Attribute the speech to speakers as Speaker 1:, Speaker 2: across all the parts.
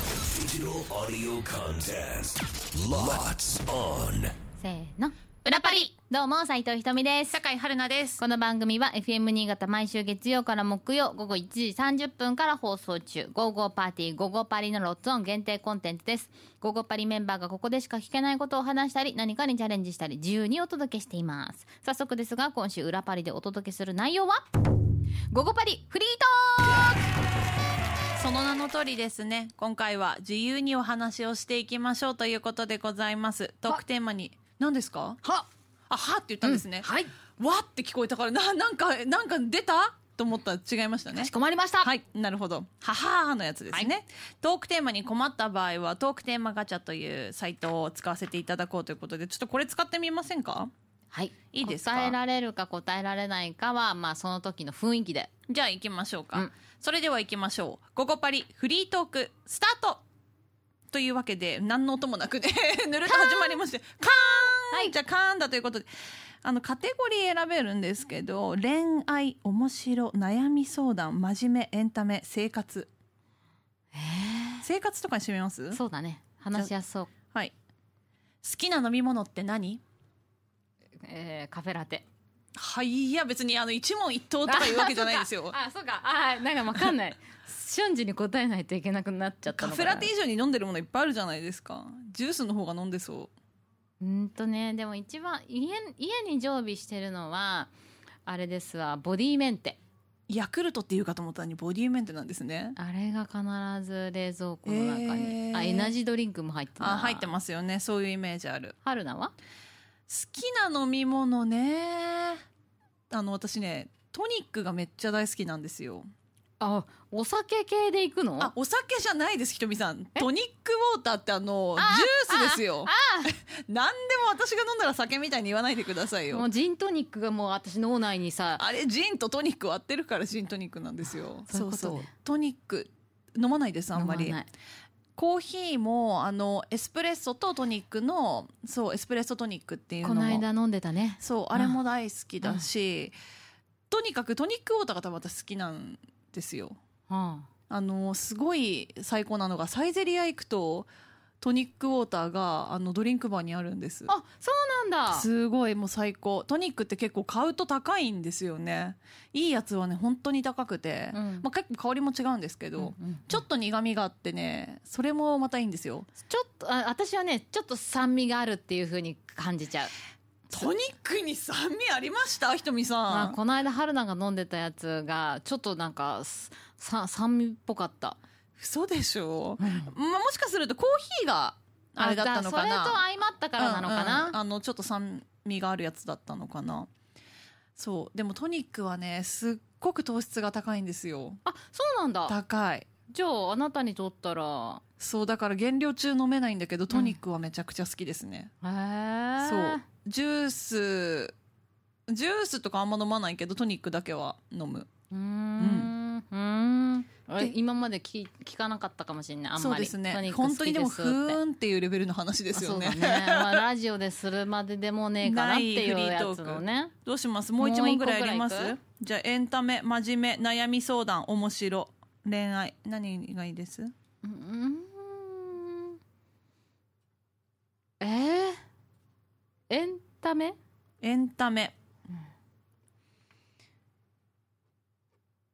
Speaker 1: Digital audio contest. Lots on.
Speaker 2: せーの。裏パリどうも、斉藤ひとみです。
Speaker 3: 酒井春菜です。
Speaker 2: この番組は FM 新潟毎週月曜から木曜午後1時30分から放送中、午後パーティー午後パリのロッツオン限定コンテンツです。午後パリメンバーがここでしか聞けないことを話したり、何かにチャレンジしたり、自由にお届けしています。早速ですが、今週裏パリでお届けする内容は、午後パリフリートーク
Speaker 3: その名の通りですね。今回は自由にお話をしていきましょうということでございます。トークテーマに何ですか？
Speaker 4: は
Speaker 3: あ、はって言ったんですね。
Speaker 4: はい。
Speaker 3: わって聞こえたからななんかなんか出たと思ったら違いましたね
Speaker 2: かし。こまりました、
Speaker 3: はい、なるほど。ははーのやつですね、トークテーマに困った場合はトークテーマガチャというサイトを使わせていただこうということで、ちょっとこれ使ってみませんか？
Speaker 2: はい、
Speaker 3: いいですか
Speaker 2: 答えられるか答えられないかは、まあその時の雰囲気で。
Speaker 3: じゃあ行きましょうか。
Speaker 2: うん
Speaker 3: それでは行きましょう。ゴゴパリフリートークスタートというわけで、何の音もなくね、 ぬるっと始まりまして、カーン、
Speaker 2: はい
Speaker 3: じゃあカーンだということで、あの、カテゴリー選べるんですけど、恋愛、面白、悩み相談、真面目、エンタメ、生活。生活とかにしてみます
Speaker 2: そうだね。話しやすそう。
Speaker 3: はい。好きな飲み物って何
Speaker 2: えー、カフェラテ。。
Speaker 3: はい、いや別にあの一問一答とかいうわけじゃない です よ
Speaker 2: あ、そうか。あ、なんかわかんない。瞬時に答えないといけなくなっちゃった
Speaker 3: カ
Speaker 2: の
Speaker 3: フ
Speaker 2: か
Speaker 3: ェ
Speaker 2: な。
Speaker 3: ラテ以上に飲んでるものいっぱいあるじゃないですかジュースの方が飲んでそう
Speaker 2: ーんとね、でも一番家家に常備してるのはあれですわ、ボディメンテ。
Speaker 3: うヤクルトっていうかと思ったのにボディメンテなんですね
Speaker 2: あれが必ず冷蔵庫の中に。
Speaker 3: えー
Speaker 2: あ、エナジードリンクも入ってるな
Speaker 3: あ入ってますよねそういうイメージある
Speaker 2: 春菜は？
Speaker 3: 好きな飲み物ねあの私ねトニックがめっちゃ大好きなんですよ
Speaker 2: あ、お酒系で行くの？
Speaker 3: あお酒じゃないですひとみさんトニックウォーターってあの
Speaker 2: あ
Speaker 3: ジュースですよ 何でも私が飲んだら酒みたいに言わないでください
Speaker 2: もう
Speaker 3: よ
Speaker 2: ジントニックがもう私脳内にさ、
Speaker 3: あれジンとトニック割ってるからジントニックなんですよ
Speaker 2: そういうことね
Speaker 3: トニック飲まないですあんまり
Speaker 2: 飲まない
Speaker 3: コーヒーもあのエスプレッソとトニックのそうエスプレッソトニックっていう
Speaker 2: こ
Speaker 3: の
Speaker 2: の
Speaker 3: も
Speaker 2: 間飲んでたね。
Speaker 3: そう
Speaker 2: あ
Speaker 3: あれも大好きだし、とにかくトニックウォーターが多分私好きなんですよ
Speaker 2: うん。
Speaker 3: あのすごい最高なのがサイゼリア行くとトニックウォーターがあのドリンクバーにあるんです
Speaker 2: あ、そうなんだ。
Speaker 3: すごいもう最高トニックって結構買うと高いんですよねいいやつはね本当に高くて、
Speaker 2: うん
Speaker 3: まあ、結構香りも違うんですけど、
Speaker 2: うんうん
Speaker 3: ちょっと苦みがあってねそれもまたいいんですよ
Speaker 2: ちょっとあ私はねちょっと酸味があるっていう風に感じちゃう、
Speaker 3: トニックに酸味ありましたひとみさ
Speaker 2: まあ、
Speaker 3: ん。
Speaker 2: この間春菜が飲んでたやつがちょっとなんかすさ酸味っぽかった、
Speaker 3: 嘘でしょ、まあ、もしかするとコーヒーがあれだったのか
Speaker 2: だ
Speaker 3: な。
Speaker 2: それと相まったからなのかな、
Speaker 3: うんうんあの、ちょっと酸味があるやつだったのかな。そう。でもトニックはね、すっごく糖質が高いんですよ。
Speaker 2: あそうなんだ
Speaker 3: 高い。
Speaker 2: じゃああなたにとったら
Speaker 3: そう、だから減量中飲めないんだけど、トニックはめちゃくちゃ好きですね。
Speaker 2: へえ
Speaker 3: そう。ジュース、ジュースとかあんま飲まないけど、トニックだけは飲む。
Speaker 2: うーんうーん
Speaker 3: で
Speaker 2: え今まで聞聞かなかったかもしれないあん
Speaker 3: そ
Speaker 2: ま
Speaker 3: うで
Speaker 2: り
Speaker 3: すね
Speaker 2: トニック好
Speaker 3: 本当に
Speaker 2: き
Speaker 3: ですも
Speaker 2: っ
Speaker 3: ふ
Speaker 2: て
Speaker 3: ーんっていうレベルの話で
Speaker 2: あ
Speaker 3: す
Speaker 2: そ
Speaker 3: よ
Speaker 2: う
Speaker 3: ね
Speaker 2: だね、まあ、ラジオでするまででもねえかなっていう
Speaker 3: ないフリー
Speaker 2: や
Speaker 3: トー
Speaker 2: つ
Speaker 3: ク
Speaker 2: のね
Speaker 3: どうしますもう一問ぐらいあります
Speaker 2: もう一個ぐらいい
Speaker 3: じゃあエンタメ真面目悩み相談面白恋愛何がいいです
Speaker 2: うーんえー、エンタメ
Speaker 3: エンタメ、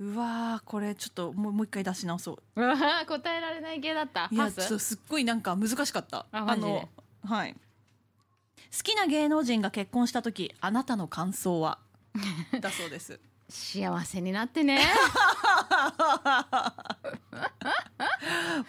Speaker 3: うわーこれちょっともうもう一回出し直そう
Speaker 2: うわー答えられない系だった
Speaker 3: いや
Speaker 2: パ
Speaker 3: ちょっと
Speaker 2: ス
Speaker 3: すっごいなんか難しかった
Speaker 2: あマジで
Speaker 3: はい好きな芸能人が結婚した時あなたの感 想はだそうです
Speaker 2: 幸せになってね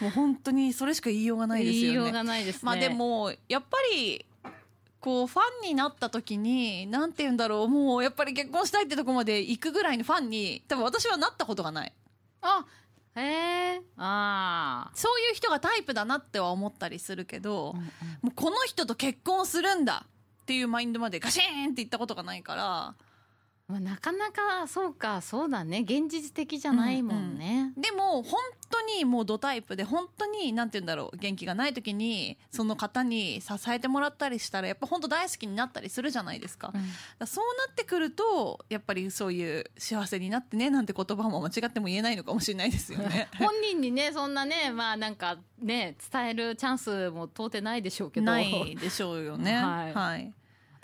Speaker 3: もう本当にそれしか言いようが ないですよね
Speaker 2: 言いようがないですね
Speaker 3: まあでもやっぱりこうファンになった時になんて言うんだろうもうやっぱり結婚したいってとこまで行くぐらいのファンに多分私はなったことがない
Speaker 2: あえー、あ
Speaker 3: そういう人がタイプだなっては思ったりするけど、
Speaker 2: ー
Speaker 3: もうこの人と結婚するんだっていうマインドまでガシーンって言ったことがないから
Speaker 2: まあなかなかそうかそうだね現実的じゃないもんね、
Speaker 3: でも本当にもうドタイプで本当になんて言うんだろう元気がない時にその方に支えてもらったりしたらやっぱ本当大好きになったりするじゃないですか,、
Speaker 2: うん。
Speaker 3: そうなってくるとやっぱりそういう幸せになってねなんて言葉も間違っても言えないのかもしれないですよね
Speaker 2: 本人にねそんなねまあなんかね伝えるチャンスも到底ないでしょうけど
Speaker 3: ないでしょうよね。
Speaker 2: はい
Speaker 3: はい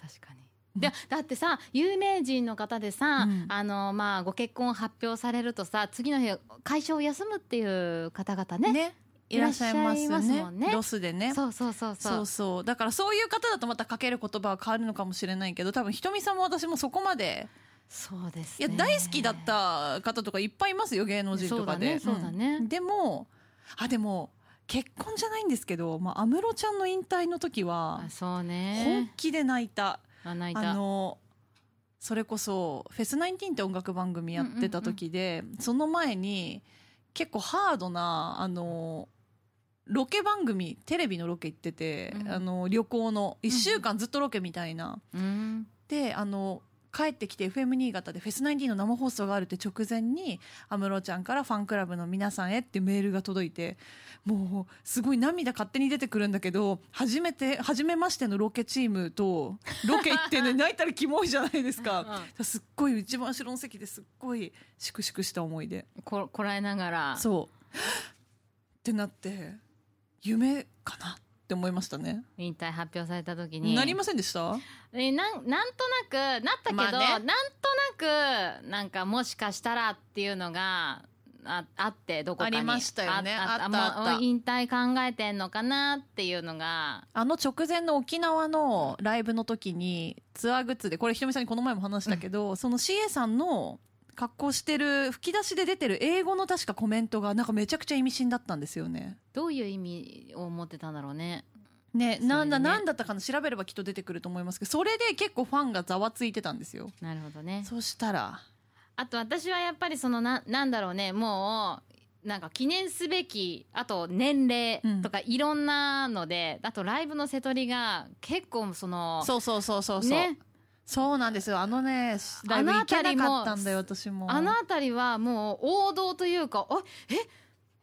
Speaker 2: 確かに。でだってさ有名人の方でさ、
Speaker 3: うん
Speaker 2: あのまあ、ご結婚を発表されるとさ次の日会社を休むっていう方々ね
Speaker 3: ねいらっしゃいます
Speaker 2: いらっしゃいますも
Speaker 3: ね
Speaker 2: んね
Speaker 3: ロスでね
Speaker 2: そうそうそうそう
Speaker 3: そうそうだからそういう方だとまたかける言葉は変わるのかもしれないけど多分ひとみさんも私もそこまで
Speaker 2: そうです
Speaker 3: い
Speaker 2: ね、
Speaker 3: や大好きだった方とかいっぱいいますよ芸能人とかで
Speaker 2: そうだねそうだね
Speaker 3: んでもあでも結婚じゃないんですけどまあ安室、ちゃんの引退の時は
Speaker 2: あそう
Speaker 3: 本
Speaker 2: ね
Speaker 3: 気で泣いた、
Speaker 2: あ泣い
Speaker 3: あ
Speaker 2: た
Speaker 3: のそれこそ「フェス19」って音楽番組やってた時で、その前に結構ハードなあのロケ番組テレビのロケ行ってて、
Speaker 2: うん
Speaker 3: あの旅行の1週間ずっとロケみたいな、
Speaker 2: うん
Speaker 3: であの帰ってきて FM 新潟でフェス19の生放送があるって直前に安室ちゃんからファンクラブの皆さんへってメールが届いてもうすごい涙勝手に出てくるんだけど初めて初めましてのロケチームとロケ行ってね泣いたらキモいじゃないですかすっごい一番後ろの席ですっごいシクシクした思い出
Speaker 2: ここらえながら
Speaker 3: そうってなって夢かなって思いましたね
Speaker 2: 引退発表された時に
Speaker 3: なりませんでした
Speaker 2: えなんなんとなくなったけど、
Speaker 3: まあね
Speaker 2: なんとなくなんかもしかしたらっていうのがああってどこかに
Speaker 3: ありましたよねあったあった
Speaker 2: もう引退考えてんのかなっていうのが
Speaker 3: あの直前の沖縄のライブの時にツアーグッズでこれひとみさんにこの前も話したけど、その CA さんの格好してる吹き出しで出てる英語の確かコメントがなんかめちゃくちゃ意味深だったんですよね。
Speaker 2: どういう意味を持ってたんだろうね
Speaker 3: ね、なんだ、
Speaker 2: そうね
Speaker 3: なんだったかの調べればきっと出てくると思いますけどそれで結構ファンがざわついてたんですよ。
Speaker 2: なるほどね
Speaker 3: そしたら
Speaker 2: あと私はやっぱりそのななんだろうねもうなんか記念すべきあと年齢とかいろんなので、あとライブの瀬取りが結構その
Speaker 3: そうそうそうそうそう、
Speaker 2: ね
Speaker 3: そうなんですよあのねライブ行けなかったんだよ私も。
Speaker 2: あの辺りはもう王道というか、あえ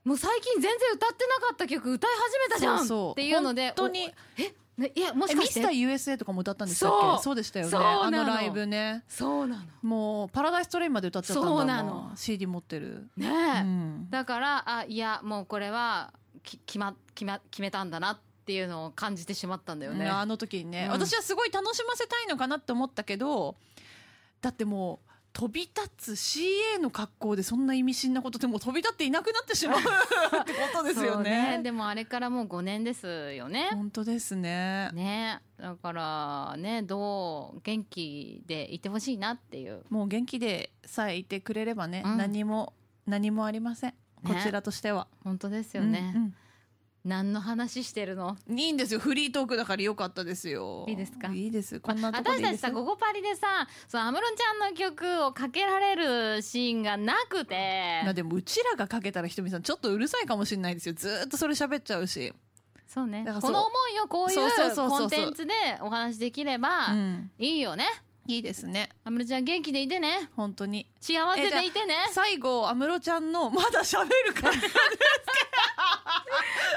Speaker 2: もう最近全然歌ってなかった曲歌い始めたじゃん
Speaker 3: そうそう
Speaker 2: っていうので、
Speaker 3: 本当に
Speaker 2: おえ、ねいや、もし
Speaker 3: え
Speaker 2: か
Speaker 3: ミ
Speaker 2: し
Speaker 3: スター
Speaker 2: て。
Speaker 3: USA とかも歌ったんでしたっけ
Speaker 2: そ
Speaker 3: そううでしたよね
Speaker 2: そうな
Speaker 3: あ
Speaker 2: の
Speaker 3: のライブね。
Speaker 2: そうなの。
Speaker 3: もうパラダイストレインまで歌っちゃったんだもん
Speaker 2: そうなの
Speaker 3: CD 持ってる、
Speaker 2: ね
Speaker 3: う
Speaker 2: え、
Speaker 3: ん、
Speaker 2: だから、あ、いや、もうこれは、き、決ま、決ま、決めたんだなっていうのを感じてしまったんだよね。
Speaker 3: あの時にね、
Speaker 2: うん
Speaker 3: 私はすごい楽しませたいのかなって思ったけどだってもう飛び立つ CA の格好でそんな意味深なことでもう飛び立っていなくなって しまうってことですよ
Speaker 2: そう
Speaker 3: ね
Speaker 2: でもあれからもう5年ですよね。
Speaker 3: 本当ですね
Speaker 2: ねえだから、ね、どう、元気でいてほしいなっていう。
Speaker 3: もう元気でさえいてくれればね、
Speaker 2: うん
Speaker 3: 何も何もありませんこちらとしては、
Speaker 2: 本当ですよね。
Speaker 3: うん
Speaker 2: 何の話してるの
Speaker 3: うんいいんですよフリートークだからよかったですよ
Speaker 2: いいですか
Speaker 3: いいですこんなとこでい
Speaker 2: 私
Speaker 3: いです
Speaker 2: たちさ「ゴゴパリ」でさその安室ちゃんの曲をかけられるシーンがなくて
Speaker 3: まあでもうちらがかけたらひとみさんちょっとうるさいかもしれないですよずーっとそれ喋っちゃうし、
Speaker 2: そうね
Speaker 3: だからそ
Speaker 2: こ
Speaker 3: う
Speaker 2: の思いをこうい
Speaker 3: そうそうそう
Speaker 2: う
Speaker 3: そうそう
Speaker 2: コンテンツでお話できれば
Speaker 3: うん
Speaker 2: いいよね
Speaker 3: いいですね
Speaker 2: 安室ちゃん元気でいてね
Speaker 3: 本当に
Speaker 2: 幸せでいてね
Speaker 3: 最後安室ちゃんのまだ喋 るか 安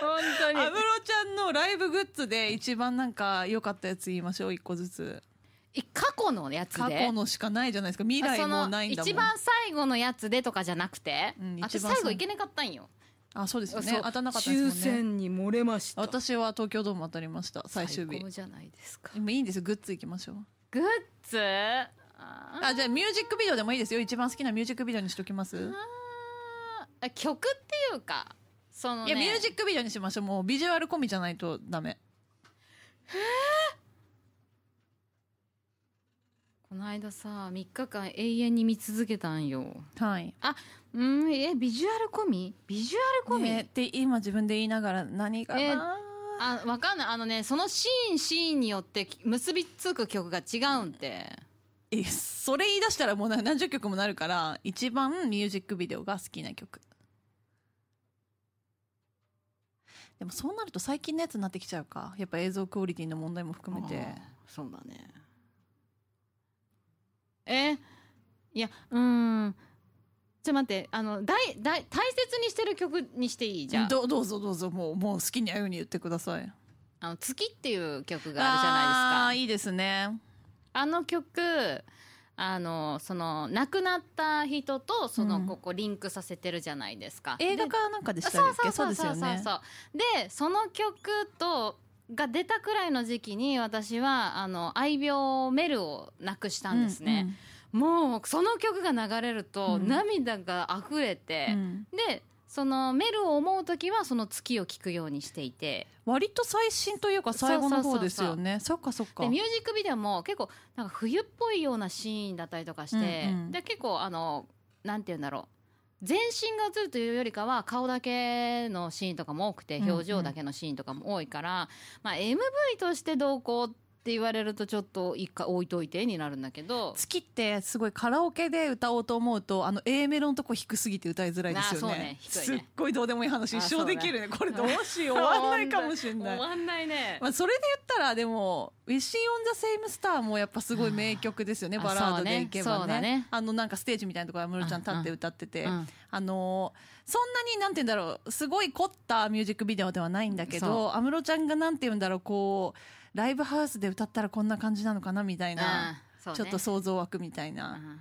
Speaker 2: 本当
Speaker 3: 室ちゃんのライブグッズで一番なんか良かったやつ言いましょう一個ずつ
Speaker 2: え過去のやつで
Speaker 3: 過去のしかないじゃないですか未
Speaker 2: あ
Speaker 3: 来
Speaker 2: その
Speaker 3: もないんだもん
Speaker 2: 一番最後のやつでとかじゃなくて、
Speaker 3: うん
Speaker 2: 私
Speaker 3: 一番
Speaker 2: 最
Speaker 3: 最
Speaker 2: 後いけなかったんよ
Speaker 3: あそうですよ
Speaker 2: そ
Speaker 3: ね
Speaker 2: う
Speaker 3: 当たんなかったですもんね
Speaker 2: に漏れまし
Speaker 3: 私は東京ドーム当たりました最終日
Speaker 2: 最高じゃないですか
Speaker 3: でもいいんですよグッズ行きましょう
Speaker 2: グッズあー
Speaker 3: あじゃあミュージックビデオでもいいですよ一番好きなミュージックビデオにしときます
Speaker 2: あ曲っていうかその、
Speaker 3: い
Speaker 2: ね、
Speaker 3: やミュージックビデオにしましょうもうビジュアル込みじゃないとダメ
Speaker 2: この間さ3日間永遠に見続けたんよ
Speaker 3: はい
Speaker 2: うんえビジュアル込みビジュアル込み、
Speaker 3: ねって今自分で言いながら何がな、
Speaker 2: えあわかんないあのねそのシーンシーンによって結びつく曲が違うんて
Speaker 3: えそれ言い出したらもうな何十曲もなるから一番ミュージックビデオが好きな曲でもそうなると最近のやつになってきちゃうかやっぱ映像クオリティの問題も含めて
Speaker 2: あーそうだねえいやうん
Speaker 4: ちょっと待ってあの大大大切にしてる曲にしていいじゃん
Speaker 3: どどうぞどうぞもうもう好きなように言ってください
Speaker 2: あの月っていう曲があるじゃないですか
Speaker 3: あーいいですね
Speaker 2: あの曲あのその亡くなった人とその、
Speaker 3: うん
Speaker 2: ここリンクさせてるじゃないですか
Speaker 3: 映画かなんかでし
Speaker 2: あ
Speaker 3: た
Speaker 2: そう
Speaker 3: っけ
Speaker 2: そう
Speaker 3: そ
Speaker 2: そ
Speaker 3: う
Speaker 2: う
Speaker 3: です
Speaker 2: そうそう
Speaker 3: よね
Speaker 2: そうでその曲とが出たくらいの時期に私はあの愛病メルをなくしたんですね、もうその曲が流れると、
Speaker 3: うん
Speaker 2: 涙が溢れて
Speaker 3: うん、うんうん
Speaker 2: でそのメルを思う時はその月を聴くようにしていて
Speaker 3: 割と最新というか最後の
Speaker 2: そうそうそうそ
Speaker 3: 方
Speaker 2: う
Speaker 3: ですよねそっかそっか
Speaker 2: でミュージックビデオも結構なんか冬っぽいようなシーンだったりとかして、
Speaker 3: うんうん
Speaker 2: で結構あのなんて言うんだろう全身が映るというよりかは顔だけのシーンとかも多くて
Speaker 3: うんうん
Speaker 2: 表情だけのシーンとかも多いから、まあ、MV として同行って言われるとちょっと一回置いといてになるんだけど。
Speaker 3: 月ってすごいカラオケで歌おうと思うとあの A メロのとこ低すぎて歌いづらいです
Speaker 2: あ
Speaker 3: よ
Speaker 2: そう
Speaker 3: ね
Speaker 2: ね低いね
Speaker 3: すっごいどうでもいい話
Speaker 2: あ
Speaker 3: 一生できるねこれどうしよう
Speaker 2: そう
Speaker 3: 終わんないかもしれない
Speaker 2: んないね
Speaker 3: まあ、それで言ったらでも「ウィッシン・オン・ザ・セイム・スター」もやっぱすごい名曲ですよね
Speaker 2: あ
Speaker 3: バラードでいけば
Speaker 2: そうねそう
Speaker 3: ね
Speaker 2: だね
Speaker 3: あのなんかステージみたいなところ安室ちゃん立って歌ってて、
Speaker 2: うん
Speaker 3: あのーそんなになんて言うんだろうすごい凝ったミュージックビデオではないんだけ
Speaker 2: そ
Speaker 3: ど安室ちゃんがなんて言うんだろうこうライブハウスで歌ったらこんな感じなのかなみたいな、
Speaker 2: そうね
Speaker 3: ちょっと想像湧くみたいな。
Speaker 2: うん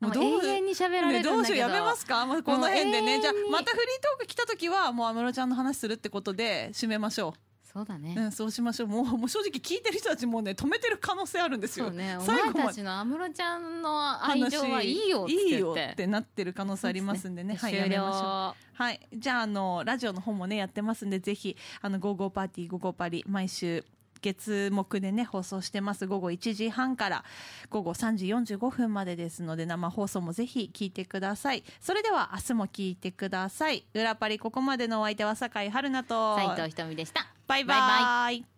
Speaker 3: もうどう
Speaker 2: もう永遠に喋られるんだけど
Speaker 3: ね、どうしようやめますか、まあ、この辺で
Speaker 2: 永遠
Speaker 3: ね
Speaker 2: に
Speaker 3: じゃあまたフリートーク来た時はもう安室ちゃんの話するってことで締めましょ
Speaker 2: そうだね
Speaker 3: う、うん、そうしましょうもうもう正直聞いてる人たちもうね止めてる可能性あるんです
Speaker 2: そ
Speaker 3: よ、
Speaker 2: うね、お
Speaker 3: 最
Speaker 2: 前
Speaker 3: 後ま
Speaker 2: た
Speaker 3: で
Speaker 2: ちの安室ちゃんの愛情はいいよっつって
Speaker 3: いい
Speaker 2: 言
Speaker 3: よ
Speaker 2: って
Speaker 3: ってなってる可能性ありますんでねはいや
Speaker 2: 終
Speaker 3: め
Speaker 2: 了
Speaker 3: ましょうはい。じゃあ、あの、ラジオの方もね、やってますんで、ぜひ、あの、ゴーゴーパーティー、ゴーゴーパリ、毎週、月目でね、放送してます。午後1時半から午後3時45分までですので、生放送もぜひ聞いてください。それでは、明日も聞いてください。裏パリ、ここまでのお相手は、酒井春奈と、
Speaker 2: 斉藤ひとみでした
Speaker 3: バイバイ。
Speaker 2: バイ
Speaker 3: イ